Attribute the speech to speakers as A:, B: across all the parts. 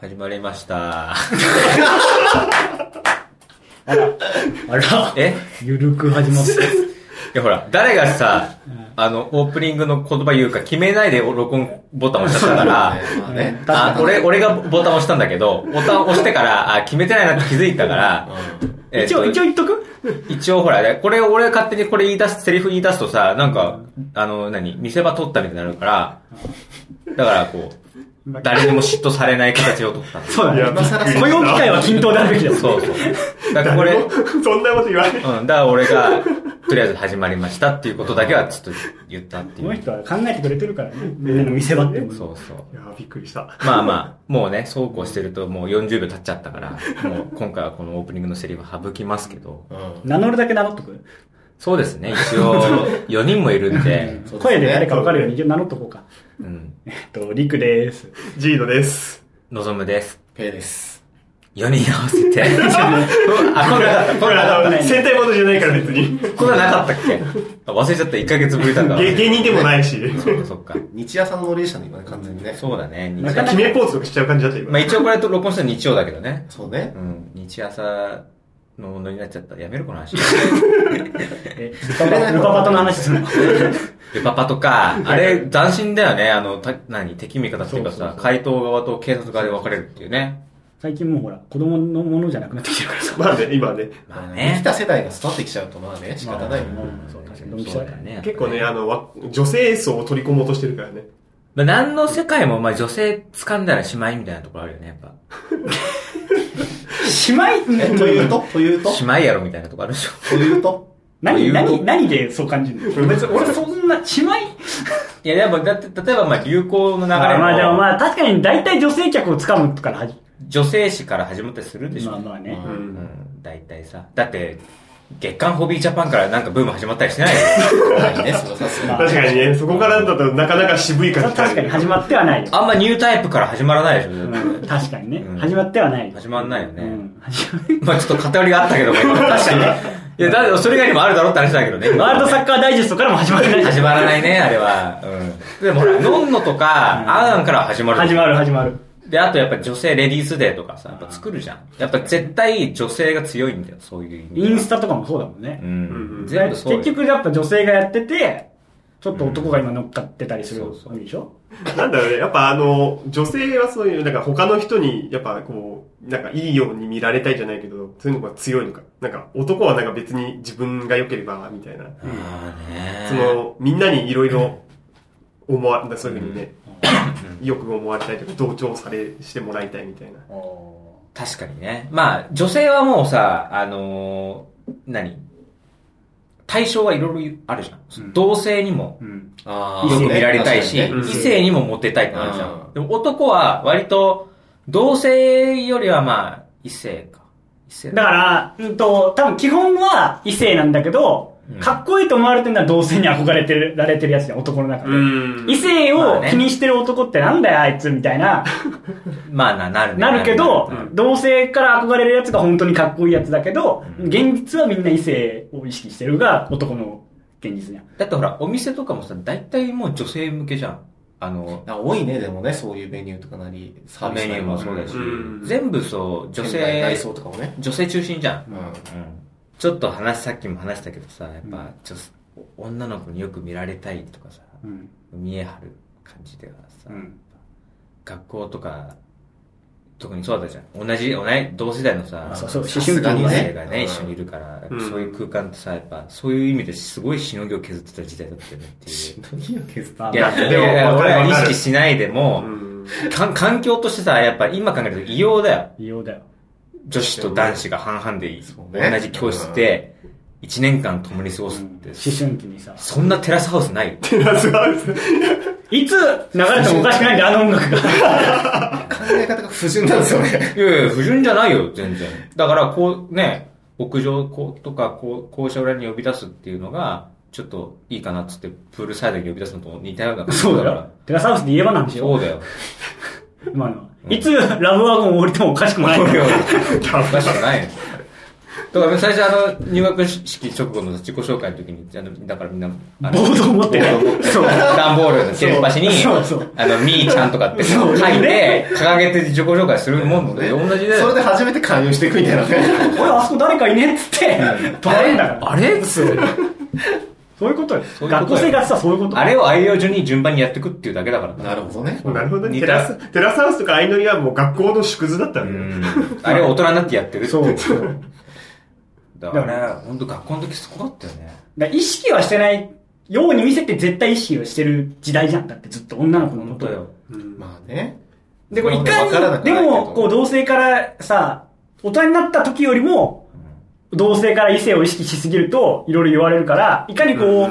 A: 始まりました。
B: あら、あら、
A: え
B: ゆるく始まって。
A: いやほら、誰がさ、あの、オープニングの言葉言うか決めないで録音ボタン押しちゃったから、
C: まあね。
A: あ俺、俺がボタン押したんだけど、ボタン押してから、あ、決めてないなって気づいたから、えっ
B: 一
A: と
B: 応、一応言っとく
A: 一応ほら、これ俺勝手にこれ言い出す、セリフ言い出すとさ、なんか、あの、何、見せ場取ったみたいになるから、だからこう、誰にも嫉妬されない形を取ったんだ
B: そうだね。
C: 今更
B: 雇用機会は均等であるべきだ。
A: そうそう。だからこれ、うん、
C: そんなこと言わない。
A: だから俺が、とりあえず始まりましたっていうことだけはちょっと言ったって
B: こ
A: い
B: の
A: う。
B: 人は考えてくれてるからね。みんなの見せ場っても。
A: そうそう。
C: いやーびっくりした。
A: まあまあ、もうね、そうこうしてるともう40秒経っちゃったから、もう今回はこのオープニングのセリフ省きますけど、
B: 名乗るだけ名乗っとく。
A: そうですね、一応4人もいるんで、
C: そうですね
B: 声で誰かわかるように一応名乗っとこうか。
A: うん、
B: えっと、りくでーす。
C: ジードです。
A: のぞむです。
D: ペイです。
A: 4人合わせて。あ、こんな、こんな、
C: あの、戦隊ものじゃないから別に。
A: こんななかったっけあ忘れちゃった、1ヶ月ぶりだから。
C: 芸芸人でもないし。
A: そっかそっか。
D: 日夜さんのノリでしたね、今ね、完全にね。
A: そうだね、日
B: なかな
C: 決めポーズとかしちゃう感じだった今。
A: まあ一応これと録音したの日曜だけどね。
D: そうね
A: う。ん、日朝のものになっちゃった。やめるこ の話。
B: え、ルパパ、ルパパとの話するの。
A: で、パパとか、あれ、斬新だよね。あの、た、何、敵味方っていうかさ、怪盗側と警察側で分かれるっていうね。
B: 最近もうほら、子供のものじゃなくなってきてるからさ。
C: まあね、今ね。
A: まあ
D: 生き
A: ね。
D: た世代が育ってきちゃうと、まあね、仕方ないよ
B: まあ
D: ね。
B: まあそう確かにドンピシ
A: そ
B: ャ
A: う
B: だ
A: だ
B: ね。
A: ね。
C: 結構ね、あの、わ女性層を取り込もうとしてるからね。
A: まあ、何の世界も、まあ女性掴んだらしまいみたいなところあるよね、やっぱ。
B: しまいと
D: えというとというと
A: しまいやろみたいなとこあるでしょ。
D: というと
A: 言
B: 何、
A: うと
B: 何、何でそう感じるの別に俺そんな、しまい
A: いや、でも、だって、例えば、まあ流行の流れも、
B: あまあでもまあ確かに大体女性客をつかむから始
A: 女性誌から始まったりするでしょ。
B: まあまあね。
D: まあ
A: う。ん、大体さ。だって、月刊ホビージャパンからなんかブーム始まったりしない よ。
D: はいね、それはさすが
C: 確かにね、そこからだとなかなか渋い感じ
B: 確かに始まってはないよ。
A: あんまニュータイプから始まらないでしょ。
B: うん確かにね、
A: うん
B: 始まってはないよ。
A: 始まんないよね
B: うん、始まる
A: まあちょっと偏りがあったけど も、今確かに。いや、だけどそれ以外にもあるだろうって話だけどね。
B: ワールドサッカーダイジェストからも始まってない。
A: 始まらないね、あれは。うん。でもほら、のんのとか、
B: うん
A: あんあんからは始まる。
B: 始まる、始まる。
A: で、あとやっぱ女性レディースデーとかさ、やっぱ作るじゃん。やっぱ絶対女性が強いんだよ、そういう意味で
B: イ
A: は。
B: ンスタとかもそうだもんね
A: う。
C: うんん。
A: 全部そうよ。
B: 結局やっぱ女性がやってて、ちょっと男が今乗っかってたりする
A: うんそうそう
B: わけでしょ
C: なんだろうね、やっぱあの、女性はそういう、なんか他の人に、やっぱこう、なんかいいように見られたいじゃないけど、そういうのが強いのか。なんか男はなんか別に自分が良ければ、みたいな。
A: ああね
C: その、みんなにいろいろ思わ、そういうふうにね、よく思われたいとか、同調され、してもらいたいみたいな。
A: 確かにね。まあ、女性はもうさ、あのー何対象はいろいろあるじゃん。
B: うん
A: 同性にも
B: うん。
D: あー
A: よく見られたいし、
D: 確かに
C: ね
A: 異性にもモテたいってなるじゃん。
D: うん
A: でも男は割と、同性よりはまあ、異性か。異性
B: だから、うんと、多分基本は異性なんだけど、
A: うん
B: かっこいいと思われてるのは同性に憧れてるられてるやつじゃん、男の中で。
C: ん
B: 異性
A: まあ
B: を
A: ね
B: 気にしてる男ってなんだよ、あいつ、みたいな、
A: まあな、なるね
B: なるけど
A: なるね、
B: 同性から憧れるやつが本当にかっこいいやつだけど、
A: うん
B: 現実はみんな異性を意識してるが、男の現実じゃん。
A: だってほら、お店とかもさ、大体もう女性向けじゃん。あの、
D: あ多いね、でもね、そういうメニューとかなり、サービ
A: メ
D: ス
A: ニ
D: な
A: ュ
D: り
A: ーもそうだし、
C: うん
A: 全部そう、女
D: 店内内
A: 性、
D: 装とかもね。
A: 女性中心じゃん
D: う。ん。
A: うんちょっと話、さっきも話したけどさ、やっ
B: う
A: ぱ
B: ん、
A: ちょっと女の子によく見られたいとかさ、
B: うん。
A: 見え張る感じではさ、
B: うん。
A: 学校とか、特にそうだったじゃん。同じ、同じ、同世代のさ、
B: そうそう、思
D: さ
B: 春
D: す
B: 期
D: が
B: に
D: に
A: 同世
B: ね。
A: 代が
D: う
A: ね、
D: ん
A: 一緒にいるから、
C: うん
A: そういう空間ってさ、やっぱ、そういう意味ですごいしのぎを削ってた時代だったよねっていう。
D: 何を削った
B: まあ
A: いや、
C: でも
A: いやいや
C: わか
A: 俺
C: る
A: は
C: わ
A: 意
C: かる
A: 識しないで
C: う
A: も、
C: ん
A: かん環境としてさ、やっぱ今考えると異様だよ。
B: 異様だよ。
A: 女子と男子が半々でいい。
D: そうね
A: 同じ教室で、1年間共に過ご
B: うん
A: すっ
B: 思
A: て、
B: 春期にさ。
A: そんなテラスハウスないよ。
C: テラスハウス。
B: いつ流れてもおかしくないんだよ、あの音楽が。
D: 考え方が不純なんですよね。
A: いやいや、不純じゃないよ、全然。だから、こう、ね、屋上こうとか、こう、校舎裏に呼び出すっていうのが、ちょっといいかなっつって、プールサイドに呼び出すのと似たような感じ
B: そうだよ。テラサウスで言えばなんでしょ
A: そうだよ。
B: 今のは。いつラブワゴンを降りてもおかしくない
A: そ
B: ん
A: う
B: だ
A: だ
B: よ
A: よ。おかしくないよ。だから最初あの、入学式直後の自己紹介の時に、あの、だからみんな、あの
B: ボードを持ってね
A: ボードを持って
B: そう
A: 段ボールの切れっ端に、
B: そうそう
A: あの、みーちゃんとかって書
B: そう
A: いて、掲げて自己紹介するもんで、同じで。
D: それで初めて勧誘していくみたいなね。
B: 俺あそこ誰かいねっつって、取られんだから。
A: あれっつって
B: そういうことよ。
A: そういうことよ
B: 学校生活はそういうこと。
A: あれを愛用順に順番にやっていくっていうだけだからな。
D: なるほどね。
C: なるほどね。
A: 似
C: テ
A: た
C: ラス、テラスハウスとか相乗りはもう学校の縮図だった
A: うん
C: だよ。
A: ん。あれを大人になってやってるって
B: そう。 だか
A: だから、ほんと学校の時すごかったよね。
B: ら意識はしてないように見せて絶対意識をしてる時代じゃん。だってずっと女の子の
A: 本
B: こ
A: 当
B: と
A: よ。。
C: うん
D: まあね。
B: で、これい
D: まあ
B: か
D: わらな
B: に、
D: く
B: で
D: はないけど
B: も、こう同性からさ、大人になった時よりも、同性から異性を意識しすぎると、いろいろ言われるから、いかに
C: う
B: こ
C: ん
B: う、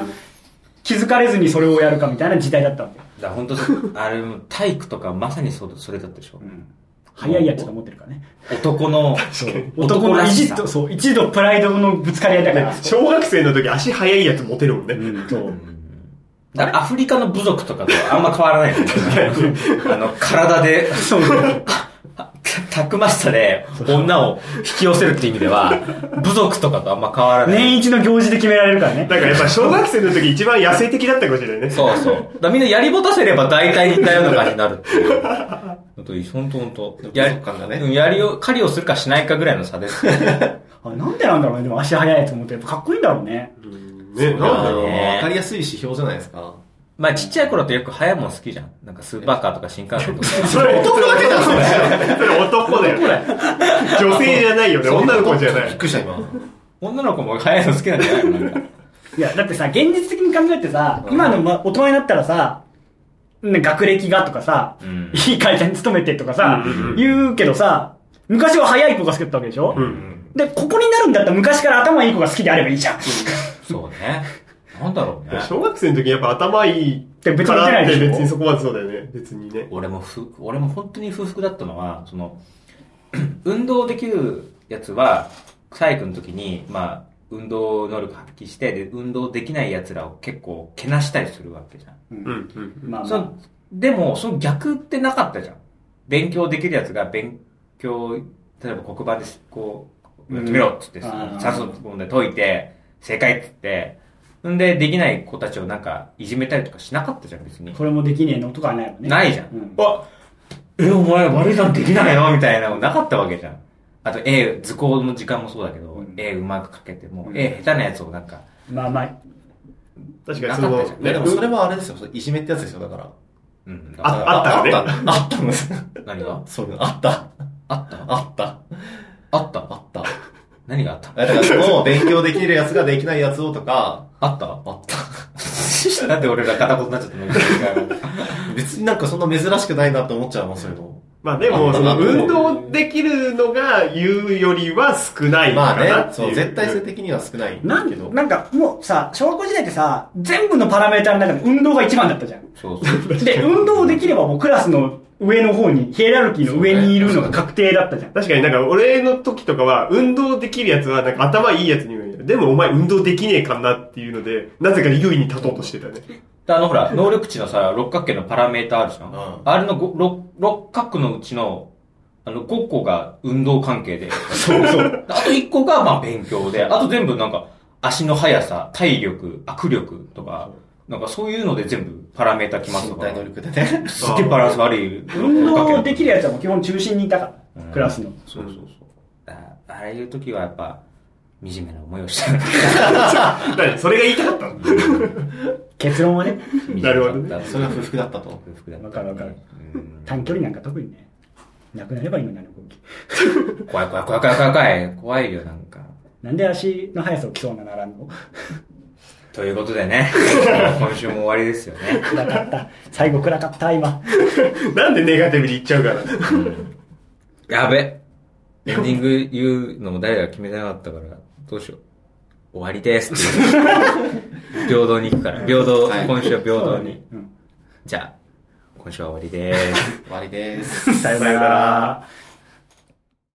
B: 気づかれずにそれをやるかみたいな時代だったわけ。
A: だから本当そあれ、体育とかまさにそうそれだったでしょ。
B: 早いやつが持ってるからね。
A: 男の、
B: 男の
A: ら
B: 意
A: し
B: 地
A: さ
B: と、そう、一度プライドのぶつかり合いだから。
C: 小学生の時足速いやつモテるもんね。
B: そう。
A: だからアフリカの部族とかとあんま変わらないよねあの、体で、
B: そう。
A: たくましさで女を引き寄せるって意味では、部族とかとあんま変わらない。
B: 年一の行事で決められるからね
C: だ。からやっぱ小学生の時一番野生的だったかもしれないね。
A: そうそう。だからみんなやりぼたせれば大体似たような感じになるっていう。ほんと、ほんとほんと。や
D: 部族感がね
A: うんやりを、狩りをするかしないかぐらいの差です。
B: あなんでなんだろうね。でも足早いやつ持って、やっぱかっこいいんだろうね。
C: うんね、
A: そう
C: なん
A: だ
C: だ
A: よ
C: ろう。
A: ね
D: わかりやすい指標じゃないですか。
A: まあちっちゃい頃ってよく早いもん好きじゃん。なんかスーパーカーとか新幹線とか。
C: それ男だけだそれ男だよ。女性じゃないよね。女の子じゃな
D: びっ
C: い。
D: くりした、 今。
A: 女の子も早いの好きなんじゃないのなんか。
B: いや、だってさ、現実的に考えてさ、今のま大人になったらさ、ね学歴がとかさ、
A: うん
B: いい会社に勤めてとかさ、
C: うんうんうん
B: 言うけどさ、昔は早い子が好きだったわけでしょ、
C: うん。
B: で、ここになるんだったら昔から頭いい子が好きであればいいじゃん。
A: そうね。なんだろうね。
C: 小学生の時やっぱ頭いい
B: で別に
C: か
B: モテな
C: ら
B: いで
C: って
B: しょ
C: 別にそこまでそうだよね。別にね。
A: 俺もふ、俺も本当に不服だったのは、その、 運動できるやつは、体育の時に、まあ、運動能力発揮して、で、運動できない奴らを結構、けなしたりするわけじゃん。
C: うんうん。
B: まあま
A: そ
B: あ
A: の、でも、その逆ってなかったじゃん。勉強できるやつが勉強、例えば黒板です、こう、
B: うん
A: 決めろっつって、
B: あー
A: 算数の問題解いて、正解っつって、んで、できない子たちをなんか、いじめたりとかしなかったじゃん、別に。
B: これもできねえのとかはないもんね。
A: ないじゃん。
B: うん
A: あえ、お前、割り算できないよ みたいなのなかったわけじゃん。あと、絵、図工の時間もそうだけど、
B: ん
A: 絵うまく描けて、も
B: う
A: う、
B: ん
A: 絵下手なやつをなんか、
B: まあまあ、
C: 確かにその
A: なかったじゃん、
D: いや、でも
C: ね
D: それはあれですよ。それいじめってやつですよ、だから。
A: うん、だから
C: ああった
D: あったあったんです。
A: 何が
D: そういうの、あった。
A: あった
D: あった。
A: あった
D: あった。
A: 何があった
D: えだからその、勉強できるやつができないやつをとか、
A: あった
D: あっ た。
A: なんで俺が片言になっちゃったの
D: 別になんかそんな珍しくないなって思っちゃうもん、そういうの。
C: まあでも、その運動できるのが言うよりは少ないか
D: ま
C: な
D: あね、
C: って
D: そ
C: いう。
D: う、絶対性的には少ない
B: なん
D: けど。
B: なんかもうさ、小学校時代ってさ、全部のパラメーターの中で運動が一番だったじゃん。
A: そうそう。
B: で、運動できればもうクラスの上の方に、ヒエラルキーの上にいるのが確定だったじゃん。
C: 確かになんか俺の時とかは運動できるやつはなんか頭いいやつにも言うでもお前運動できねえかなっていうので、なぜか優位に立とうとしてたね。
A: であのほら、能力値のさ、六角形のパラメータあるじゃん。
D: うん
A: あれのご六六角のうちの、あの、5個が運動関係で。そうそう。あと1個が、まあ、勉強で。あと全部なんか、足の速さ、体力、握力とか、なんかそういうので全部パラメータ決まって
D: 身
A: たか
D: 体
A: ら
D: 能。力でね。
A: すっげえバランス悪い。
B: 運動できる
A: る
B: やつはもう基本中心にいたから、クラスの。
A: そうそうそう。あああいう時はやっぱ、惨めな思いをした。
C: だからそれが言いたかったの。
B: 結論は ね、
C: なるほどね
A: ね
D: それは不服だったと。
B: わかるわかる
A: うん
B: 短距離なんか特にね、なくなればいいのにあの動き。
A: 怖い怖い怖い怖い怖い怖い。怖いよ、なんか。
B: なんで足の速さを競うなならんの
A: ということで ね、今週も終わりですよね。
B: 暗かった。最後暗かった、今。
C: なんでネガティブに言っちゃうから。
A: やべ。エンディング言うのも誰が決めてなかったから、どうしよう。終わり ですって言う平等に行くから。平等、
D: はい
A: 今週は平
B: そう
A: 等
B: だ
A: に
B: ね。。うん
A: じゃあ、今週は終わりです。
D: 終わりです。
B: さようなら。